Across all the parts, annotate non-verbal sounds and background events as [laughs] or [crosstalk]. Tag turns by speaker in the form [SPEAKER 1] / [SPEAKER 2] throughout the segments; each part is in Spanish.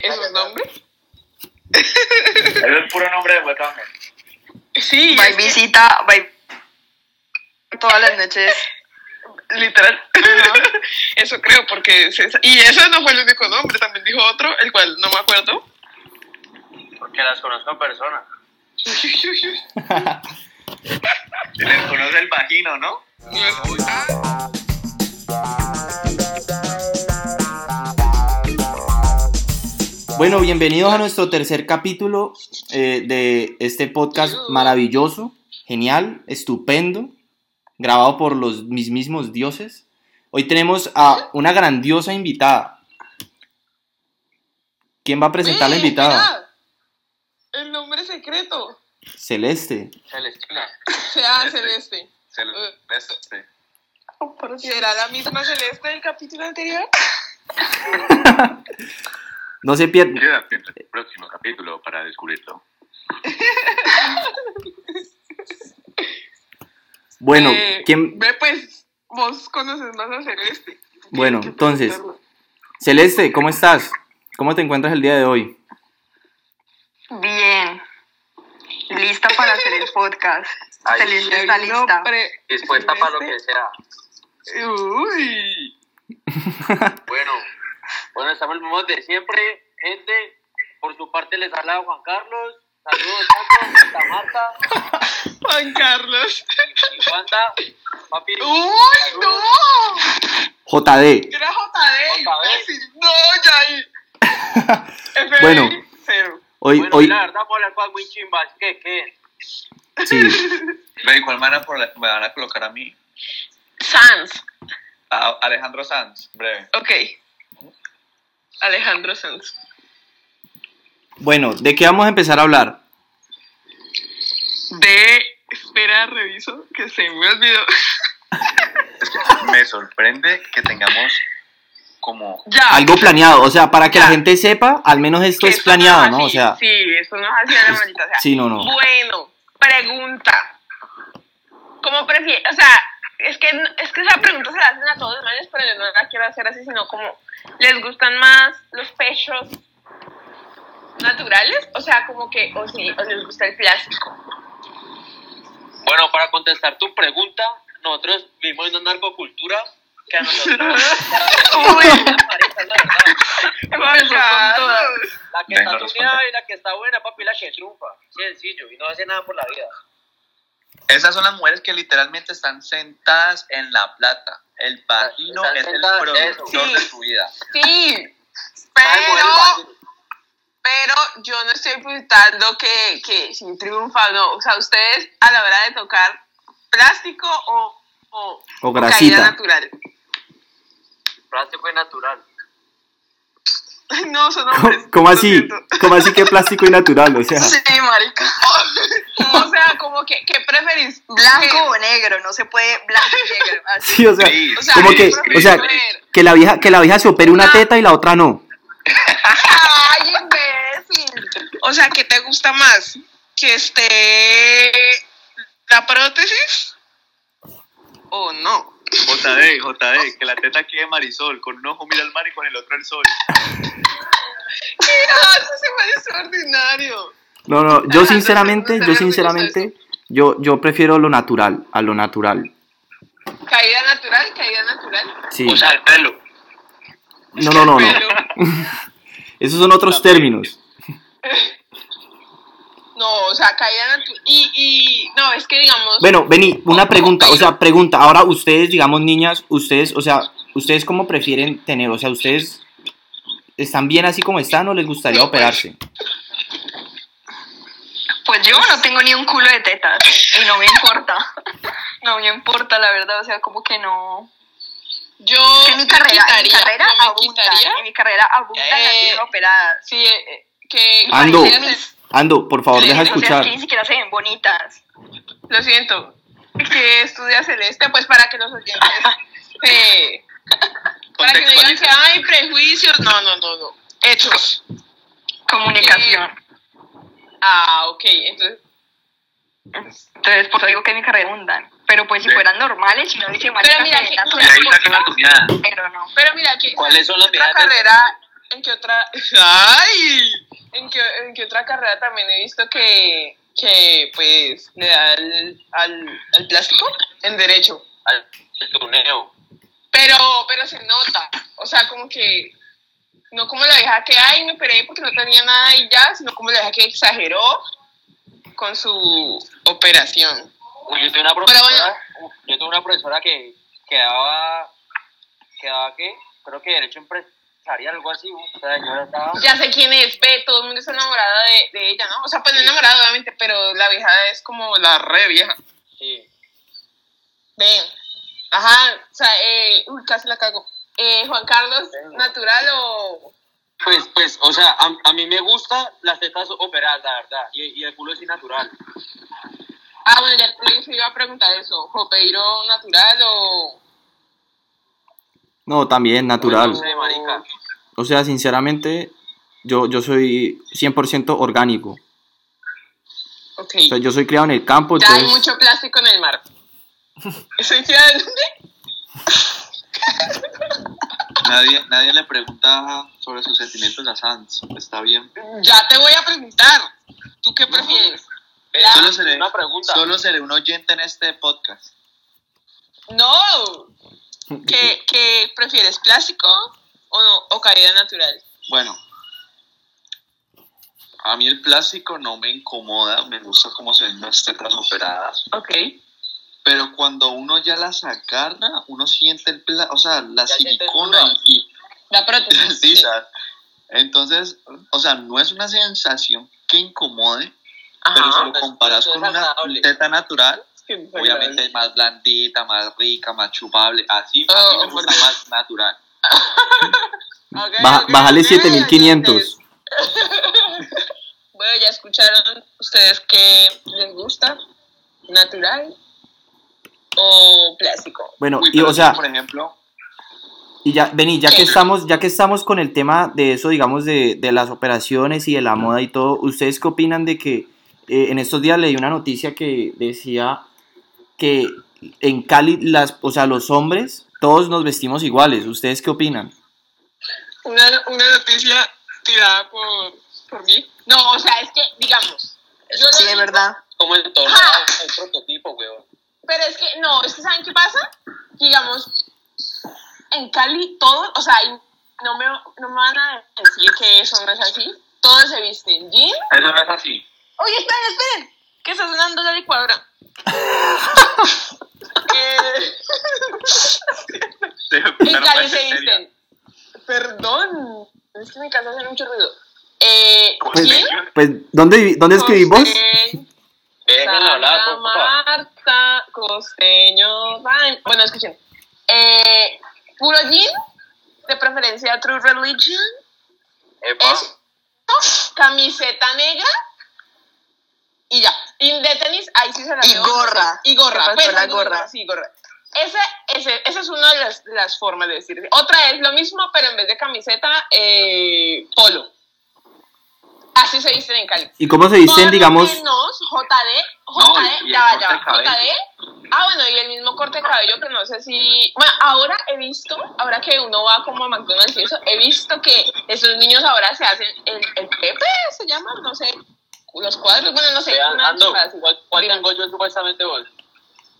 [SPEAKER 1] ¿Esos nombres?
[SPEAKER 2] Eso es puro nombre de webcam.
[SPEAKER 1] Sí,
[SPEAKER 3] Va y
[SPEAKER 1] es que-
[SPEAKER 3] visita, va y- todas las noches.
[SPEAKER 1] literal. [laughs] Eso creo, porque. se- y ese no fue el único nombre, también dijo otro, el cual no me acuerdo.
[SPEAKER 2] Porque las conozco en persona. Se les conoce el vagino, ¿no?
[SPEAKER 1] Y es- ah,
[SPEAKER 4] Bueno, bienvenidos a nuestro tercer capítulo eh, de este podcast maravilloso, genial, estupendo, grabado por los mismísimos dioses. Hoy tenemos a una grandiosa invitada. ¿Quién va a [laughs] presentar a la
[SPEAKER 1] ¡Ey,
[SPEAKER 4] invitada?
[SPEAKER 1] mira! El nombre secreto.
[SPEAKER 4] Celeste.
[SPEAKER 2] Celestina.
[SPEAKER 1] Sea Celeste.
[SPEAKER 2] Celeste.
[SPEAKER 1] ¿Será la misma Celeste del capítulo anterior?
[SPEAKER 4] No se pierda.
[SPEAKER 2] Quédate en el próximo capítulo para descubrirlo.
[SPEAKER 4] Bueno,
[SPEAKER 1] Eh,
[SPEAKER 4] ¿quién?
[SPEAKER 1] Ve, pues, vos conoces más a Celeste.
[SPEAKER 4] Bueno,
[SPEAKER 1] Tienes que
[SPEAKER 4] entonces,
[SPEAKER 1] presentarla.
[SPEAKER 4] Celeste, ¿cómo estás? ¿Cómo te encuentras el día de hoy?
[SPEAKER 3] Bien. Lista para hacer el podcast.
[SPEAKER 2] Ay,
[SPEAKER 3] Celeste está
[SPEAKER 1] El
[SPEAKER 3] lista.
[SPEAKER 1] nombre-
[SPEAKER 2] Dispuesta para lo que sea.
[SPEAKER 1] Uy.
[SPEAKER 2] Bueno, bueno, estamos en el modo de siempre, gente. Por su parte les habla Juan Carlos. Saludos, Santos, Santa Marta
[SPEAKER 1] Juan Carlos.
[SPEAKER 2] y- y Juanda. Papi,
[SPEAKER 1] ¡Uy, no!
[SPEAKER 4] JD.
[SPEAKER 1] Era JD.
[SPEAKER 2] JD.
[SPEAKER 1] imbécil. No, ya ahí.
[SPEAKER 4] [laughs]
[SPEAKER 1] FBI,
[SPEAKER 4] Bueno.
[SPEAKER 1] cero.
[SPEAKER 4] Hoy,
[SPEAKER 2] bueno,
[SPEAKER 4] hoy,
[SPEAKER 2] la verdad, vamos a hablar con muy chimbas. ¿Qué, qué?
[SPEAKER 4] sí.
[SPEAKER 5] Ve, ¿y ¿cuál me van, a, por- me van a colocar a mí?
[SPEAKER 1] Sans.
[SPEAKER 5] A Alejandro Sanz, breve.
[SPEAKER 1] Ok. Alejandro Sanz.
[SPEAKER 4] Bueno, ¿de qué vamos a empezar a hablar?
[SPEAKER 1] De. Espera, reviso, que se me olvidó.
[SPEAKER 5] Me sorprende que tengamos como...
[SPEAKER 1] Ya.
[SPEAKER 4] algo planeado, o sea, para que
[SPEAKER 1] Ya.
[SPEAKER 4] la gente sepa, al menos esto es
[SPEAKER 1] Eso no
[SPEAKER 4] planeado,
[SPEAKER 1] así,
[SPEAKER 4] ¿no? O sea,
[SPEAKER 1] Sí, eso no es así de la manita. O sea,
[SPEAKER 4] sí, no, no.
[SPEAKER 1] Bueno, pregunta. ¿Cómo prefieres? O sea, es que, es que esa pregunta se la hacen a todos los manes, pero yo no la quiero hacer así, sino como, ¿les gustan más los pechos naturales? O sea, como que, o sí, o les gusta el plástico.
[SPEAKER 2] Bueno, para contestar tu pregunta, nosotros vivimos en una narcocultura que a nosotros las parejas, la verdad,
[SPEAKER 3] Pues,
[SPEAKER 2] la que
[SPEAKER 5] Venga,
[SPEAKER 2] está
[SPEAKER 5] responde.
[SPEAKER 2] tuneada y la que está buena, papi, la que triunfa. Sencillo, y no hace nada por la vida.
[SPEAKER 5] Esas son las mujeres que literalmente están sentadas en la plata. El vagino
[SPEAKER 2] Están
[SPEAKER 5] es el
[SPEAKER 2] sentadas,
[SPEAKER 5] productor
[SPEAKER 1] eso.
[SPEAKER 5] de
[SPEAKER 1] Sí.
[SPEAKER 5] su vida.
[SPEAKER 1] Sí,
[SPEAKER 2] Sabe mover el
[SPEAKER 1] pero,
[SPEAKER 2] vagino.
[SPEAKER 1] pero yo no estoy preguntando que, que si triunfa o no. O sea, ustedes a la hora de tocar plástico o, o,
[SPEAKER 4] O
[SPEAKER 1] caída
[SPEAKER 4] grasita.
[SPEAKER 1] natural.
[SPEAKER 2] Plástico y natural.
[SPEAKER 1] [laughs] No, son hombres.
[SPEAKER 4] ¿Cómo, cómo
[SPEAKER 1] lo
[SPEAKER 4] así?
[SPEAKER 1] siento.
[SPEAKER 4] ¿Cómo así que plástico y natural? O sea,
[SPEAKER 3] Sí, marica.
[SPEAKER 1] O sea, como que, ¿qué preferís?
[SPEAKER 3] Blanco o negro, no se puede blanco y [laughs] negro. así.
[SPEAKER 4] sí, o sea,
[SPEAKER 5] Sí,
[SPEAKER 1] O sea,
[SPEAKER 4] como que,
[SPEAKER 1] preferís
[SPEAKER 4] o sea,
[SPEAKER 1] comer?
[SPEAKER 4] que la vieja, que la vieja se opere una teta y la otra no.
[SPEAKER 1] ¡Ay, imbécil! O sea, ¿qué te gusta más? ¿Que esté la prótesis? ¿O no?
[SPEAKER 5] JD, JD, que la teta quede marisol, con un ojo mira al mar y con el otro el sol.
[SPEAKER 1] ¡Qué asco! Se me hace ordinario.
[SPEAKER 4] No, no,
[SPEAKER 1] Ajá,
[SPEAKER 4] yo sinceramente,
[SPEAKER 1] no, no
[SPEAKER 4] yo
[SPEAKER 1] sé, no sé, no sé.
[SPEAKER 4] sinceramente, yo, yo prefiero lo natural, a lo natural.
[SPEAKER 1] Caída natural, caída natural.
[SPEAKER 4] Sí.
[SPEAKER 2] O sea, el pelo.
[SPEAKER 4] No, no, no, no.
[SPEAKER 1] Pero,
[SPEAKER 4] Esos son otros términos.
[SPEAKER 1] no, o sea, caída natural. Y, y, no, es que digamos.
[SPEAKER 4] Bueno, vení, una pregunta, o
[SPEAKER 1] Pero-
[SPEAKER 4] sea, pregunta. Ahora ustedes, digamos, niñas, ustedes, o sea, ustedes cómo prefieren tener, o sea, ustedes están bien así como están o les gustaría
[SPEAKER 1] Sí, pues.
[SPEAKER 4] operarse.
[SPEAKER 3] Pues yo no tengo ni un culo de tetas y no me importa. No me importa, la verdad, o sea, como que no.
[SPEAKER 1] yo.
[SPEAKER 3] Es que en mi
[SPEAKER 1] me
[SPEAKER 3] carrera, en mi
[SPEAKER 1] quitaría,
[SPEAKER 3] carrera
[SPEAKER 1] yo me
[SPEAKER 3] abunda.
[SPEAKER 1] quitaría.
[SPEAKER 3] En mi carrera abundan las
[SPEAKER 1] Eh,
[SPEAKER 3] bien operadas.
[SPEAKER 1] Sí, eh, eh, que.
[SPEAKER 4] Ando,
[SPEAKER 1] que se-
[SPEAKER 4] Ando, por favor,
[SPEAKER 1] Sí,
[SPEAKER 4] deja
[SPEAKER 1] o sea,
[SPEAKER 3] O sea, es
[SPEAKER 4] escuchar.
[SPEAKER 3] que ni siquiera se ven bonitas.
[SPEAKER 1] Lo siento. Que estudia Celeste, pues para que los
[SPEAKER 2] [laughs]
[SPEAKER 1] oyentes. eh, para que no digan que
[SPEAKER 5] Contextualiza.
[SPEAKER 1] hay prejuicios. No, no, no, no. Hechos.
[SPEAKER 3] Comunicación.
[SPEAKER 1] Ah, ok. Entonces,
[SPEAKER 3] Entonces, por eso digo que en mi carrera abundan. Pero pues si
[SPEAKER 5] Sí.
[SPEAKER 3] fueran normales, si no dice
[SPEAKER 1] mira,
[SPEAKER 3] marica, se ven
[SPEAKER 1] que-
[SPEAKER 3] las
[SPEAKER 1] que
[SPEAKER 3] tetas
[SPEAKER 1] ahí
[SPEAKER 3] bonitas,
[SPEAKER 5] tuneada.
[SPEAKER 3] pero no.
[SPEAKER 1] pero mira, que.
[SPEAKER 2] ¿Cuáles son las
[SPEAKER 1] otra
[SPEAKER 2] medidas de-
[SPEAKER 1] carrera
[SPEAKER 6] en qué otra. ¡Ay! ¿En qué, en qué otra carrera también he visto que, que pues, le da al, al, al plástico en derecho?
[SPEAKER 2] al al tuneo.
[SPEAKER 6] Pero, pero se nota. O sea, como que. No como la vieja que, ay, me operé porque no tenía nada y ya, sino como la vieja que exageró con su operación.
[SPEAKER 2] Uy, yo tengo una
[SPEAKER 6] bueno.
[SPEAKER 2] profesora, uf, yo tengo una profesora que, que daba, que daba qué, creo que derecho empresarial, algo así, uf, esa señora estaba,
[SPEAKER 6] Ya sé quién es, ve, todo el mundo está enamorado de, de ella, ¿no? O sea, pues no enamorado, obviamente, pero la vieja es como la re vieja.
[SPEAKER 2] sí,
[SPEAKER 6] Ven. Ajá, o sea, eh, uy, casi la cago. Eh, Juan Carlos, ¿natural o...?
[SPEAKER 2] Pues, pues, o sea, a, a mí me gusta las tetas operadas, la verdad, y, y el culo es natural.
[SPEAKER 6] Ah, bueno, ya te iba a preguntar eso. ¿Jopeiro natural o...?
[SPEAKER 4] No, también, natural.
[SPEAKER 2] No sé, marica.
[SPEAKER 4] O sea, sinceramente, yo, yo soy 100% orgánico.
[SPEAKER 6] Ok.
[SPEAKER 4] O sea, yo soy criado en el campo,
[SPEAKER 6] Ya hay
[SPEAKER 4] entonces...
[SPEAKER 6] mucho plástico en el mar. [laughs] ¿Soy ciudad de dónde?
[SPEAKER 5] Nadie, nadie le pregunta sobre sus sentimientos a Sans. Está bien.
[SPEAKER 6] Ya te voy a preguntar. ¿Tú qué prefieres?
[SPEAKER 2] Ve,
[SPEAKER 6] La-
[SPEAKER 5] Solo Eh, seré,
[SPEAKER 2] Ah, Una pregunta.
[SPEAKER 5] solo seré un oyente en este podcast.
[SPEAKER 6] ¡No! ¿Qué, qué prefieres? ¿Plástico o, no, o caída natural?
[SPEAKER 5] Bueno, a mí el plástico no me incomoda. Me gusta cómo se ven las tetas operadas.
[SPEAKER 6] Ok.
[SPEAKER 5] Pero cuando uno ya las agarra, uno siente el pla o sea, la
[SPEAKER 2] Ya siente
[SPEAKER 5] silicona
[SPEAKER 2] dura.
[SPEAKER 5] y, [laughs]
[SPEAKER 6] La prótesis.
[SPEAKER 5] Sí, ¿sabes? Entonces, o sea, no es una sensación que incomode, pero si lo
[SPEAKER 2] pues,
[SPEAKER 5] comparas
[SPEAKER 2] eso es
[SPEAKER 5] con una
[SPEAKER 2] agradable.
[SPEAKER 5] teta natural, obviamente
[SPEAKER 6] Obviamente.
[SPEAKER 5] es más blandita, más rica, más chupable. Así
[SPEAKER 6] Ah,
[SPEAKER 5] a mí me gusta
[SPEAKER 6] bueno.
[SPEAKER 5] más natural.
[SPEAKER 4] Baja- bájale 7500.
[SPEAKER 6] Bueno, ya escucharon ustedes que les gusta natural o plástico.
[SPEAKER 4] Bueno,
[SPEAKER 5] Uy,
[SPEAKER 4] y
[SPEAKER 5] pero
[SPEAKER 4] o
[SPEAKER 5] sí,
[SPEAKER 6] pues.
[SPEAKER 4] sea,
[SPEAKER 5] por ejemplo,
[SPEAKER 4] y ya, vení, ya que
[SPEAKER 6] ¿Qué?
[SPEAKER 4] estamos, ya que estamos con el tema de eso, digamos, de, de las operaciones y de la moda y todo, ¿ustedes qué opinan de que eh, en estos días leí una noticia que decía que en Cali las, o sea, los hombres, todos nos vestimos iguales. ¿Ustedes qué opinan?
[SPEAKER 6] Una, una noticia tirada por, por mí. No, o sea, es que, digamos, yo
[SPEAKER 3] Sí,
[SPEAKER 6] lo
[SPEAKER 3] de
[SPEAKER 6] digo,
[SPEAKER 3] verdad.
[SPEAKER 2] Como el tornado,
[SPEAKER 6] Ah.
[SPEAKER 2] el prototipo, weón.
[SPEAKER 6] Pero es que, no, es que ¿saben qué pasa? Digamos, en Cali todo, o sea, y no me, no me van a decir que eso no es así. Todos se visten jean.
[SPEAKER 2] Eso no es así.
[SPEAKER 6] Oye, esperen, esperen, que está sonando
[SPEAKER 2] [laughs]
[SPEAKER 6] la licuadora. Eh, [laughs] en Cali se visten. Perdón, es que en mi casa hace mucho ruido. Eh,
[SPEAKER 4] Pues,
[SPEAKER 6] jean,
[SPEAKER 4] pues ¿dónde, vivi- dónde escribimos?
[SPEAKER 6] costeño,
[SPEAKER 2] Déjenlo hablar,
[SPEAKER 6] Santa
[SPEAKER 2] por favor.
[SPEAKER 6] Marta, costeño, Van- Bueno, escuchen. Eh, puro jean, de preferencia True Religion.
[SPEAKER 2] Epa.
[SPEAKER 6] Eso, camiseta negra y ya. Y de tenis, ahí sí se la
[SPEAKER 3] Y
[SPEAKER 6] llevo.
[SPEAKER 3] gorra.
[SPEAKER 6] Y gorra.
[SPEAKER 3] Te faltó
[SPEAKER 6] pues,
[SPEAKER 3] la
[SPEAKER 6] sí,
[SPEAKER 3] gorra.
[SPEAKER 6] Sí, gorra. Ese, ese, esa es una de las, las formas de decir. Otra es lo mismo, pero en vez de camiseta, eh, polo. Así se visten en Cali.
[SPEAKER 4] ¿Y cómo se visten,
[SPEAKER 6] Por
[SPEAKER 4] digamos?
[SPEAKER 6] Menos JD,
[SPEAKER 5] No, y-
[SPEAKER 6] JD,
[SPEAKER 5] y el
[SPEAKER 6] ya va,
[SPEAKER 5] corte
[SPEAKER 6] ya va,
[SPEAKER 5] de cabello.
[SPEAKER 6] JD. Ah, bueno, y el mismo corte de cabello, pero no sé si. Bueno, ahora he visto, ahora que uno va como a McDonald's y eso, he visto que esos niños ahora se hacen el, el Pepe, se llama, no sé, los cuadros, bueno, no sé.
[SPEAKER 2] Vean,
[SPEAKER 6] una
[SPEAKER 2] Ando,
[SPEAKER 6] chimba así.
[SPEAKER 2] ¿cuál, cuál
[SPEAKER 6] Digan,
[SPEAKER 2] tengo yo supuestamente vos?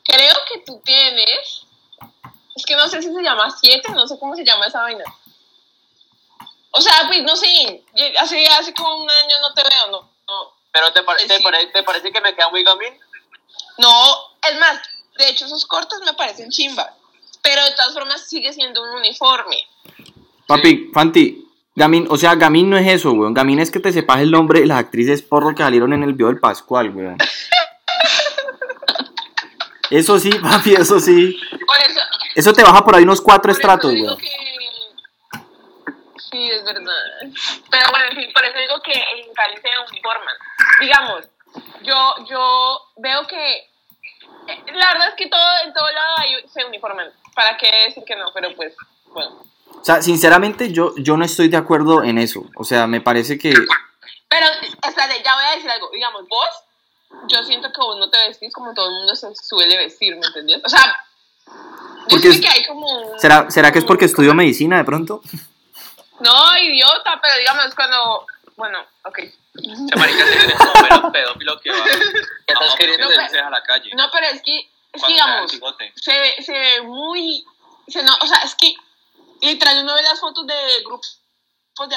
[SPEAKER 6] Creo que tú tienes. Es que no sé si se llama 7, no sé cómo se llama esa vaina. O sea, pues no sé, yo- hace, hace como un año no te veo, no, no,
[SPEAKER 2] ¿Pero te, pare-
[SPEAKER 6] Sí,
[SPEAKER 2] te,
[SPEAKER 6] sí.
[SPEAKER 2] pare- te parece que me queda muy gamín?
[SPEAKER 6] No, es más, de hecho esos cortos me parecen chimba, pero de todas formas sigue siendo un uniforme.
[SPEAKER 4] Papi, Fanti, Gamin, o sea, Gamin no es eso, weón. Gamin es que te sepas el nombre de las actrices porro que salieron en el video del Pascual,
[SPEAKER 6] [laughs]
[SPEAKER 4] weón. Eso sí, papi, eso sí.
[SPEAKER 6] Por eso,
[SPEAKER 4] Eso te baja por ahí unos cuatro
[SPEAKER 6] por eso
[SPEAKER 4] estratos,
[SPEAKER 6] digo
[SPEAKER 4] weón.
[SPEAKER 6] que- Sí, es verdad. Pero bueno, en fin, por eso digo que en Cali se uniforman. Digamos, yo, yo veo que... eh, La verdad es que todo, en todo lado hay- se uniforman. ¿Para qué decir que no? Pero pues, bueno.
[SPEAKER 4] O sea, sinceramente, yo, yo no estoy de acuerdo en eso. O sea, me parece que.
[SPEAKER 6] Pero, espérate, ya voy a decir algo. Digamos, vos, yo siento que vos no te vestís como todo el mundo se suele vestir, ¿me entendés? O sea, yo
[SPEAKER 4] Porque
[SPEAKER 6] siento
[SPEAKER 4] es-
[SPEAKER 6] que hay como un...
[SPEAKER 4] ¿Será, ¿Será que es porque estudio medicina de pronto?
[SPEAKER 6] No, idiota, pero digamos cuando. Bueno, ok.
[SPEAKER 5] Ese marica se cree como mero pedófilo que va.
[SPEAKER 2] ¿Qué estás
[SPEAKER 5] a- a-
[SPEAKER 2] queriendo
[SPEAKER 5] a-
[SPEAKER 6] decir?
[SPEAKER 5] a la calle.
[SPEAKER 6] No, pero es que, es que
[SPEAKER 5] Cuando le da el
[SPEAKER 6] digamos,
[SPEAKER 5] bigote.
[SPEAKER 6] se, ve- se ve muy. Se no, o sea, es que literal uno ve las fotos de grupos de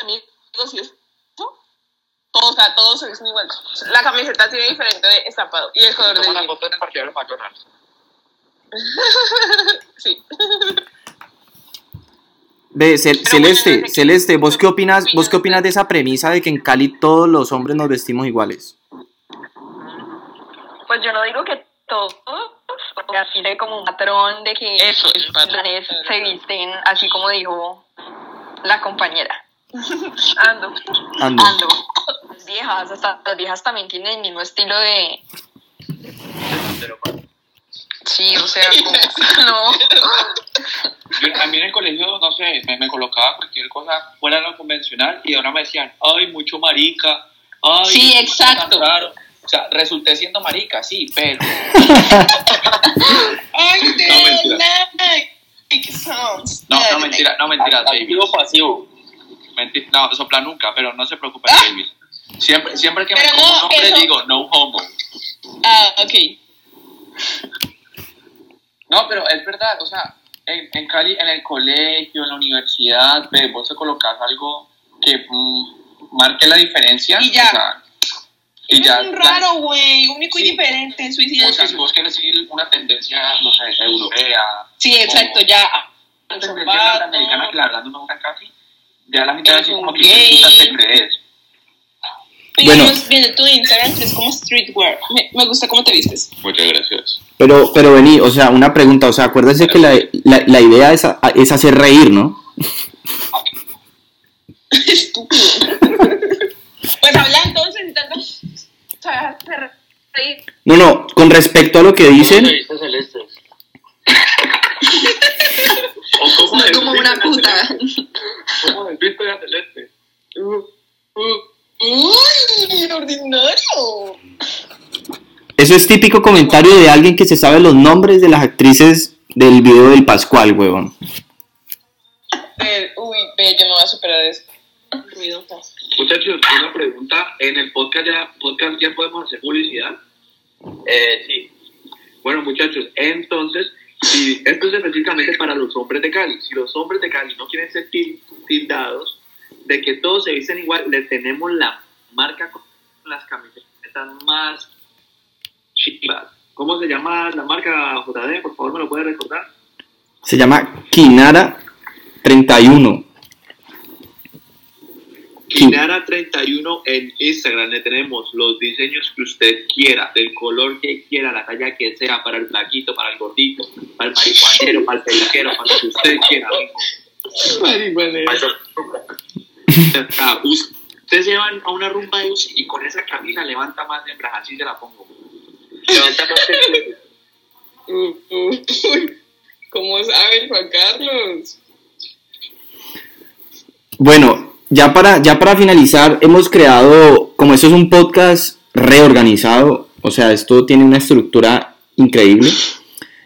[SPEAKER 6] amigos y eso. Todos, o sea, todos se visten igual. La camiseta tiene diferente de estampado y el color
[SPEAKER 2] Toma
[SPEAKER 6] del
[SPEAKER 2] una
[SPEAKER 6] jean.
[SPEAKER 2] foto en el parqueadero de McDonald's.
[SPEAKER 6] [laughs] Sí.
[SPEAKER 4] Ve, Cel-
[SPEAKER 6] Pero bueno,
[SPEAKER 4] Celeste,
[SPEAKER 6] no sé qué-
[SPEAKER 4] Celeste, ¿vos qué opinas?
[SPEAKER 6] opinión
[SPEAKER 4] ¿Vos qué
[SPEAKER 6] de-
[SPEAKER 4] opinas de esa premisa de que en Cali todos los hombres nos vestimos iguales?
[SPEAKER 3] Pues yo no digo que todos, porque así de como un patrón de que
[SPEAKER 6] Eso, es un patrón.
[SPEAKER 3] planes se visten así como dijo la compañera. [laughs] Ando,
[SPEAKER 4] Ando.
[SPEAKER 3] ando. Las viejas, hasta las viejas también tienen el mismo estilo de. Sí, o [laughs] sea, como, no.
[SPEAKER 2] Yo, a mí en el colegio, no sé, me, me colocaba cualquier cosa fuera de lo convencional y ahora me decían, ay, mucho marica, ay,
[SPEAKER 3] Sí,
[SPEAKER 2] eso es
[SPEAKER 3] exacto.
[SPEAKER 2] tan raro". O sea, resulté siendo marica, sí, pero... ¡Ay, de no, mentira. No, no, mentira, no, mentira, David.
[SPEAKER 5] pasivo.
[SPEAKER 2] Menti- no, sopla nunca, pero no se preocupe, David. Siempre, siempre que me
[SPEAKER 6] ¡Ah! Pero
[SPEAKER 2] como
[SPEAKER 6] no,
[SPEAKER 2] un hombre
[SPEAKER 6] eso-
[SPEAKER 2] digo, no homo.
[SPEAKER 6] Ah, ok.
[SPEAKER 2] No, pero es verdad, o sea, en, en Cali, en el colegio, en la universidad, ve, vos te colocas algo que mm, marque la diferencia.
[SPEAKER 6] Y ya.
[SPEAKER 2] o sea, y ya.
[SPEAKER 6] güey. Único
[SPEAKER 2] Sí.
[SPEAKER 6] diferente. Suicida.
[SPEAKER 2] O sea, si vos quieres seguir una tendencia, no sé, europea,
[SPEAKER 6] Sí,
[SPEAKER 2] exacto,
[SPEAKER 6] ya.
[SPEAKER 2] una tendencia norteamericana que la verdad no me gusta casi, ya la mitad de decir como que ¿qué
[SPEAKER 6] Gay.
[SPEAKER 2] puta te crees.
[SPEAKER 4] Bueno.
[SPEAKER 6] viendo tu Instagram, que es como streetwear. Me, me gusta cómo te vistes.
[SPEAKER 2] Muchas gracias.
[SPEAKER 4] Pero, pero vení, o sea, una pregunta, o sea, acuérdense que la, la- la idea es, a- es hacer reír, ¿no?
[SPEAKER 6] Estúpido. pues habla entonces y tanto. O sea,
[SPEAKER 2] [laughs]
[SPEAKER 6] se re- reí.
[SPEAKER 4] No, no, con respecto a lo que dicen,
[SPEAKER 2] [laughs] celeste?
[SPEAKER 3] como una puta.
[SPEAKER 2] ¿Cómo desviste de celeste?
[SPEAKER 6] ¡Uy! ¡Ordinario!
[SPEAKER 4] eso es típico comentario de alguien que se sabe los nombres de las actrices del video del Pascual, huevón.
[SPEAKER 6] Ve, Uy, ve, yo no voy a superar eso. Ruido.
[SPEAKER 7] Muchachos, una pregunta. En el podcast ya, podcast ya podemos hacer publicidad.
[SPEAKER 5] Eh, sí.
[SPEAKER 7] Bueno, muchachos, entonces, si esto es específicamente para los hombres de Cali. Si los hombres de Cali no quieren ser til- tildados de que todos se dicen igual, le tenemos la marca con las camisetas más chivas. ¿Cómo se llama la marca JD? Por favor, me lo puede recordar.
[SPEAKER 4] Se llama Kinara 31. Sí.
[SPEAKER 7] Kinara31 en Instagram le tenemos los diseños que usted quiera, del color que quiera, la talla que sea, para el blanquito, para el gordito, para el marihuanero, para el peluquero, para lo que usted quiera. amigo.
[SPEAKER 6] [laughs]
[SPEAKER 7] O sea, Ah, us- Ustedes llevan a una rumba de UCI y con esa camisa levanta más hembras, así se la pongo. Levanta más hembras.
[SPEAKER 6] Uy, ¿Cómo saben, Juan Carlos?
[SPEAKER 4] Bueno, ya para, ya para finalizar, hemos creado, como esto es un podcast reorganizado, o sea, esto tiene una estructura increíble,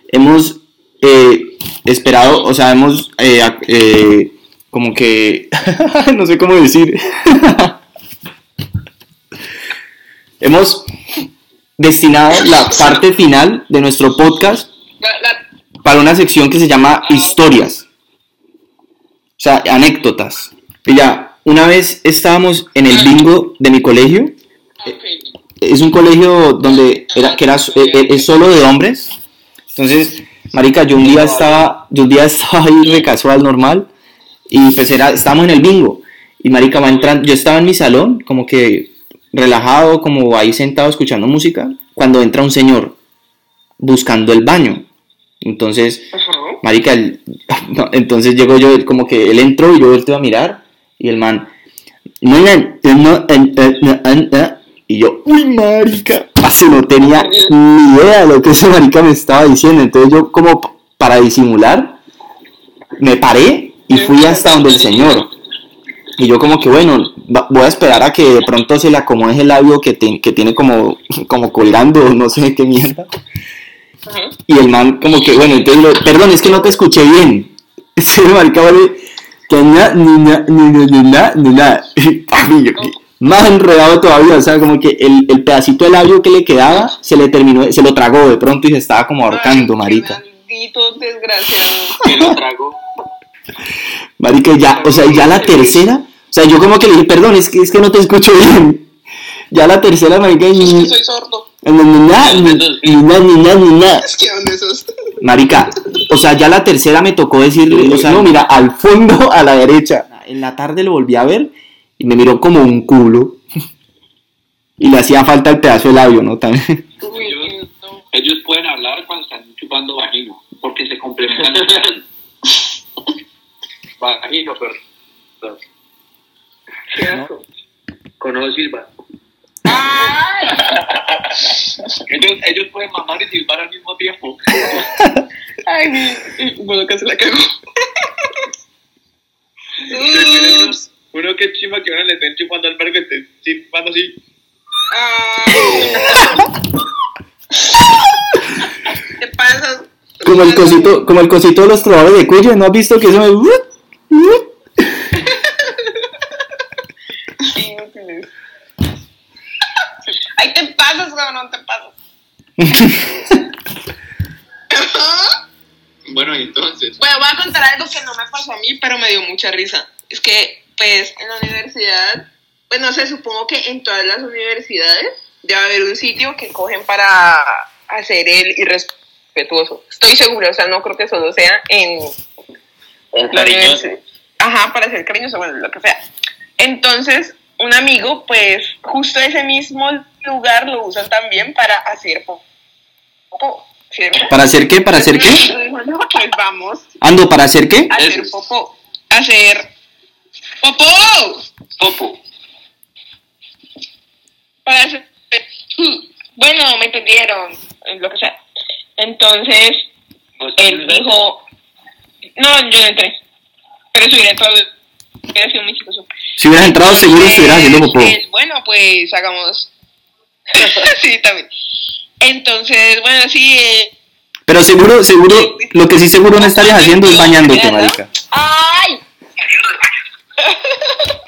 [SPEAKER 4] hemos eh, esperado, o sea, hemos eh, ac- eh, como que, [laughs] no sé cómo decir, [laughs] hemos destinado la parte final de nuestro podcast
[SPEAKER 6] La, la,
[SPEAKER 4] para una sección que se llama historias. O sea, anécdotas. Y ya, una vez estábamos en el bingo de mi colegio. eh,
[SPEAKER 6] ok.
[SPEAKER 4] Es un colegio donde era, que era, so- eh, eh, es solo de hombres. Entonces, marica, yo un día estaba, yo un día estaba ahí re casual, normal. Y pues era, estábamos en el bingo. Y marica va entrando, yo estaba en mi salón, como que relajado, como ahí sentado escuchando música. Cuando entra un señor buscando el baño. Entonces,
[SPEAKER 6] Ajá.
[SPEAKER 4] Marica, el- [laughs] no, entonces llego yo, él como que él entró y yo volteo a mirar y el man, "No, no, no, eh, no, no, no, no", y yo, uy, marica, parce, no tenía ni idea de lo que ese marica me estaba diciendo, entonces yo como p- para disimular, me paré y fui hasta donde el señor. Y yo como que bueno, va- voy a esperar a que de pronto se le acomode el labio que, te- que tiene como, [laughs] como colgando, [laughs] no sé qué mierda.
[SPEAKER 6] Ajá.
[SPEAKER 4] [laughs] Y el man como que, bueno, entonces, lo- perdón, es que no te escuché bien. Se marcaba Que na, ni na, ni na, ni na, ni na. [laughs] Papi, yo que- Más enredado todavía, o sea, como que el, el pedacito de labio que le quedaba se le terminó, se lo tragó de pronto y se estaba como ahorcando, marica.
[SPEAKER 6] Maldito desgraciado.
[SPEAKER 2] Que lo trago.
[SPEAKER 4] Marica, ya, o sea, ya la tercera, o sea, yo como que le dije, perdón, es que, es que no te escucho bien. [laughs] Ya la tercera, marica, ni,
[SPEAKER 1] Es
[SPEAKER 4] ni,
[SPEAKER 1] que soy sordo.
[SPEAKER 4] ni, na, ni, ni na, ni na, ni na.
[SPEAKER 1] Es que dónde sos.
[SPEAKER 4] Marica, o sea, ya la tercera me tocó decirle, o sea, no, mira, al fondo a la derecha. En la tarde lo volví a ver y me miró como un culo. Y le hacía falta el pedazo de labio,
[SPEAKER 1] [laughs]
[SPEAKER 4] ¿no? También.
[SPEAKER 6] Uy, no.
[SPEAKER 7] Ellos pueden hablar cuando están chupando vagino, porque se complementan.
[SPEAKER 2] [laughs]
[SPEAKER 7] vagino, pero.
[SPEAKER 6] Qué asco.
[SPEAKER 7] Conoce Silva. ellos, ellos pueden mamar y silbar al mismo tiempo.
[SPEAKER 1] Ay, mi- bueno, casi la cago.
[SPEAKER 7] Uno,
[SPEAKER 1] Ups.
[SPEAKER 7] [laughs] uno que chima que uno le estén chupando al verga y estén silbando así.
[SPEAKER 1] ¿Qué pasa?
[SPEAKER 4] Como el cosito, como el cosito de los trovadores de cuello, ¿no has visto que eso
[SPEAKER 1] [laughs]
[SPEAKER 4] me...
[SPEAKER 1] Inútiles. Ahí te pasas, cabrón, te pasas.
[SPEAKER 7] [laughs] Bueno, y entonces.
[SPEAKER 1] Bueno, voy a contar algo que no me pasó a mí, pero me dio mucha risa. Es que, pues, en la universidad, pues no sé, supongo que en todas las universidades debe haber un sitio que cogen para hacer el irrespetuoso. Estoy segura, o sea, no creo que solo sea en
[SPEAKER 2] Con
[SPEAKER 1] la
[SPEAKER 2] cariño.
[SPEAKER 1] universidad. Ajá, para ser cariñoso, bueno, lo que sea. Entonces, un amigo, pues, justo ese mismo lugar lo usan también para hacer popó. ¿cierto?
[SPEAKER 4] ¿Para hacer qué? ¿Para hacer
[SPEAKER 1] Entonces,
[SPEAKER 4] qué?
[SPEAKER 1] mi [laughs] amigo dijo, "No, pues vamos
[SPEAKER 4] Ando, ¿para hacer qué?
[SPEAKER 1] hacer
[SPEAKER 2] Eso.
[SPEAKER 1] popó. Hacer popó.
[SPEAKER 2] Popo.
[SPEAKER 1] Para hacer... Bueno, me entendieron. eh, Lo que sea. Entonces, él dijo... No, yo no entré. Pero subiré todo. Hubiera sido muy chistoso.
[SPEAKER 4] Si hubieras entrado, Ah, seguro estuvieras haciendo popó.
[SPEAKER 1] Pues, bueno, pues hagamos... [laughs] sí, también. Entonces, bueno, sí... eh,
[SPEAKER 4] Pero seguro, seguro, lo que sí seguro no estarías haciendo es bañándote, marica.
[SPEAKER 1] ¡Ay! [laughs]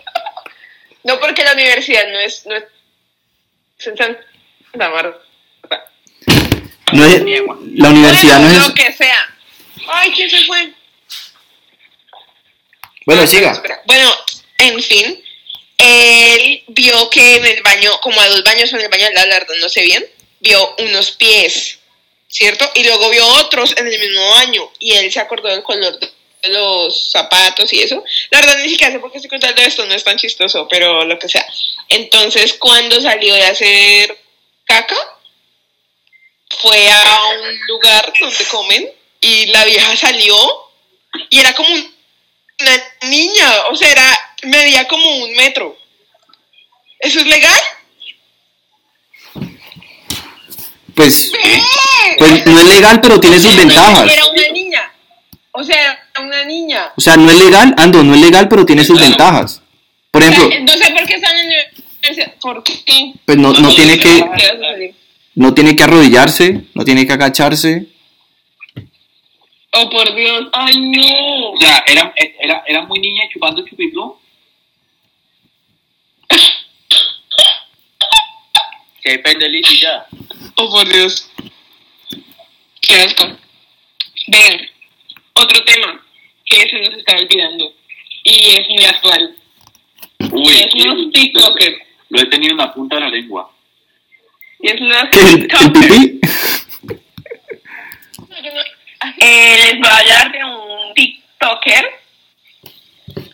[SPEAKER 1] No, porque la universidad no es. No es es en Santa Marta.
[SPEAKER 4] No es- la universidad no
[SPEAKER 1] Bueno,
[SPEAKER 4] es...
[SPEAKER 1] Lo que sea. Ay, ¿quién se fue?
[SPEAKER 4] Bueno,
[SPEAKER 1] Espera,
[SPEAKER 4] siga.
[SPEAKER 1] Ah, espera. Bueno, en fin. Él vio que en el baño, como a dos baños o en el baño al lado, la verdad no sé bien, vio unos pies, ¿cierto? Y luego vio otros en el mismo baño y él se acordó del color de de los zapatos y eso. La verdad ni siquiera sé por qué estoy contando esto, no es tan chistoso, pero lo que sea. Entonces, cuando salió de hacer caca, fue a un lugar donde comen y la vieja salió y era como un- una niña, o sea, era, medía como un metro. ¿Eso es legal?
[SPEAKER 4] Pues, pues no es legal, pero tiene sus ventajas.
[SPEAKER 1] Era una niña. O sea, era una niña.
[SPEAKER 4] O sea, no es legal, Ando, no es legal, pero tiene sus ventajas. Por
[SPEAKER 1] O sea,
[SPEAKER 4] ejemplo,
[SPEAKER 1] no sé por qué están en la universidad. ¿Por qué?
[SPEAKER 4] pues no, no tiene que no tiene que arrodillarse, no tiene que agacharse.
[SPEAKER 1] Oh, por Dios. Ay, no.
[SPEAKER 7] O sea, era, era, era muy niña chupando chupiplo.
[SPEAKER 2] Que hay pendelito y ya.
[SPEAKER 1] Oh, por Dios. Qué asco. Ven, otro tema que se nos está olvidando y es muy actual.
[SPEAKER 7] Uy,
[SPEAKER 1] Y es unos TikTokers.
[SPEAKER 7] lo he tenido en la punta de la lengua.
[SPEAKER 1] Y es unos
[SPEAKER 4] ¿Qué? ¿El, el
[SPEAKER 1] TikTokers.
[SPEAKER 4] pipí?
[SPEAKER 1] Eh, les voy a hablar de un TikToker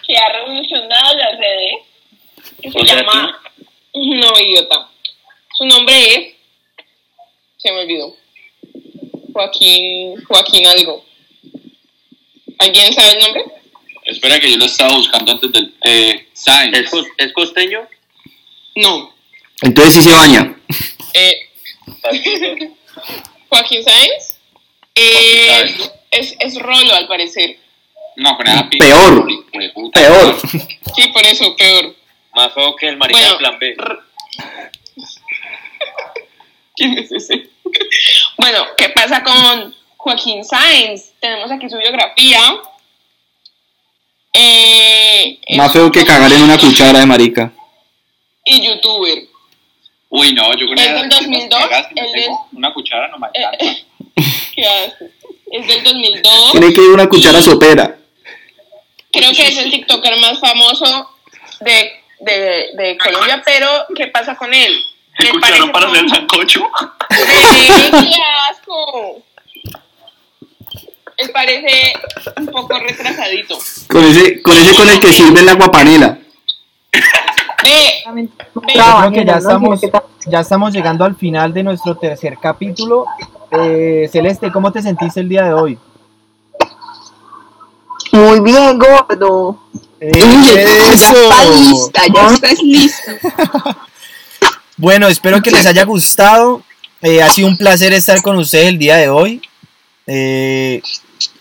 [SPEAKER 1] que ha revolucionado las redes. Que se
[SPEAKER 2] O sea,
[SPEAKER 1] llama. No, idiota. Su nombre es. Se me olvidó. Joaquín. Joaquín algo. ¿Alguien sabe el nombre?
[SPEAKER 5] Espera que yo lo estaba buscando antes del... Eh,
[SPEAKER 2] ¿Es,
[SPEAKER 5] Sainz.
[SPEAKER 2] cos- es costeño?
[SPEAKER 1] No.
[SPEAKER 4] Entonces sí se baña.
[SPEAKER 1] Eh, Joaquín Sáenz. Eh,
[SPEAKER 5] Joaquín
[SPEAKER 1] es, es Rolo, al parecer.
[SPEAKER 5] No, con esa pinta.
[SPEAKER 4] Peor,
[SPEAKER 5] hijo de puta.
[SPEAKER 4] peor.
[SPEAKER 1] Sí, por eso, peor.
[SPEAKER 2] Más feo que el marica
[SPEAKER 1] Bueno,
[SPEAKER 2] de plan B.
[SPEAKER 1] ¿Quién es ese? bueno, ¿qué pasa con Joaquín Sáenz? Tenemos aquí su biografía.
[SPEAKER 6] eh,
[SPEAKER 4] Más feo que cagar en una cuchara de marica.
[SPEAKER 6] y youtuber.
[SPEAKER 8] Uy, no, yo con
[SPEAKER 6] Es
[SPEAKER 8] esas
[SPEAKER 6] del
[SPEAKER 8] cosas
[SPEAKER 6] 2002,
[SPEAKER 8] que hagas,
[SPEAKER 6] el
[SPEAKER 8] yo
[SPEAKER 6] Eh,
[SPEAKER 8] tengo Una cuchara no me alcanza.
[SPEAKER 6] ¿Qué haces? Es del 2002.
[SPEAKER 4] Tiene que ir una cuchara sopera.
[SPEAKER 6] creo que es el TikToker más famoso de, de, de Colombia, pero ¿qué pasa con él?
[SPEAKER 8] El
[SPEAKER 6] Me
[SPEAKER 8] cucharón
[SPEAKER 6] parece
[SPEAKER 8] para
[SPEAKER 6] como-
[SPEAKER 8] hacer el sancocho.
[SPEAKER 6] ¡Eh, ¡Qué asco! Él parece un poco retrasadito.
[SPEAKER 4] Con ese con, ese con el que sirve el agua panela.
[SPEAKER 6] Ve,
[SPEAKER 9] Ah,
[SPEAKER 10] Yo creo que ya estamos, ya estamos llegando al final de nuestro tercer capítulo. Eh, Celeste, ¿cómo te sentiste el día de hoy?
[SPEAKER 9] Muy bien, gordo.
[SPEAKER 10] Eh,
[SPEAKER 9] Ya está
[SPEAKER 10] eso.
[SPEAKER 9] lista, ya estás lista.
[SPEAKER 10] Bueno, espero que les haya gustado. Eh, ha sido un placer estar con ustedes el día de hoy. Eh,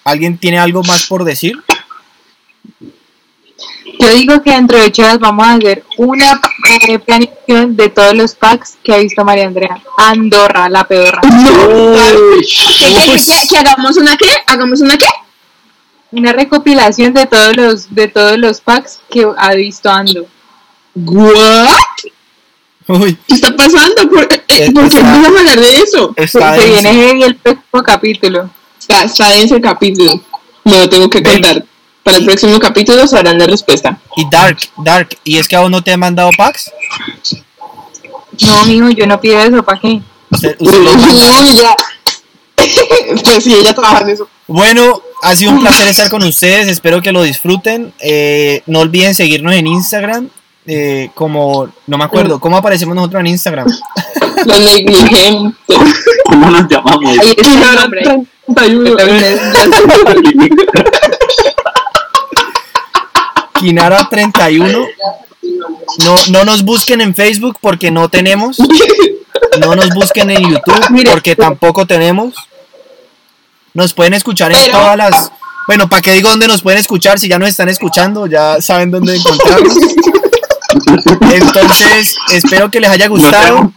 [SPEAKER 10] ¿Alguien tiene algo más por decir?
[SPEAKER 9] Yo digo que dentro de ocho horas vamos a hacer una eh, planificación de todos los packs que ha visto María Andrea. Andorra, la pedorra.
[SPEAKER 1] ¿Qué, qué, qué, qué, qué, hagamos una qué? ¿Hagamos una qué?
[SPEAKER 9] Una recopilación de todos los de todos los packs que ha visto Ando.
[SPEAKER 1] ¿What?
[SPEAKER 10] Uy,
[SPEAKER 1] ¿Qué está pasando? ¿Por, eh,
[SPEAKER 10] Eh,
[SPEAKER 1] ¿por qué
[SPEAKER 10] está-
[SPEAKER 1] empezamos a hablar de eso?
[SPEAKER 10] está
[SPEAKER 9] Se viene
[SPEAKER 10] denso.
[SPEAKER 9] heavy el próximo capítulo.
[SPEAKER 1] Está, está denso el capítulo. Me lo tengo que
[SPEAKER 10] Ven.
[SPEAKER 1] contar. Para el próximo capítulo sabrán la respuesta.
[SPEAKER 10] Y Dark, Dark, ¿y es que aún no te han mandado packs?
[SPEAKER 9] No, mijo, yo no pido eso, ¿para qué?
[SPEAKER 10] Usted- usted lo-
[SPEAKER 1] Uy, ya. [laughs] pues sí, ella trabaja en eso.
[SPEAKER 10] Bueno, ha sido un placer estar con ustedes, espero que lo disfruten. Eh, no olviden seguirnos en Instagram, eh, como, no me acuerdo, ¿cómo aparecemos nosotros en Instagram?
[SPEAKER 1] Lo negligente.
[SPEAKER 8] ¿Cómo nos llamamos?
[SPEAKER 4] [laughs]
[SPEAKER 9] Ahí está el nombre.
[SPEAKER 1] 31.
[SPEAKER 10] Kinara31. No, no nos busquen en Facebook porque no tenemos. No nos busquen en YouTube porque tampoco tenemos. Nos pueden escuchar en todas las... Bueno, ¿para qué digo dónde nos pueden escuchar? Si ya nos están escuchando, ya saben dónde encontrarnos. Entonces, espero que les haya gustado.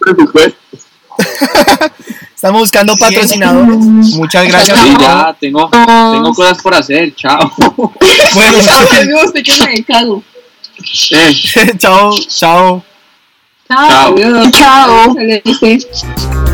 [SPEAKER 10] Estamos buscando patrocinadores. Muchas gracias.
[SPEAKER 8] Sí,
[SPEAKER 10] por todo.
[SPEAKER 8] ya, tengo, tengo cosas por hacer. Chao.
[SPEAKER 10] Bueno,
[SPEAKER 8] Eh.
[SPEAKER 10] [laughs] chao, chao.
[SPEAKER 9] Chao.
[SPEAKER 8] Chao.
[SPEAKER 9] Chao.
[SPEAKER 1] Chao.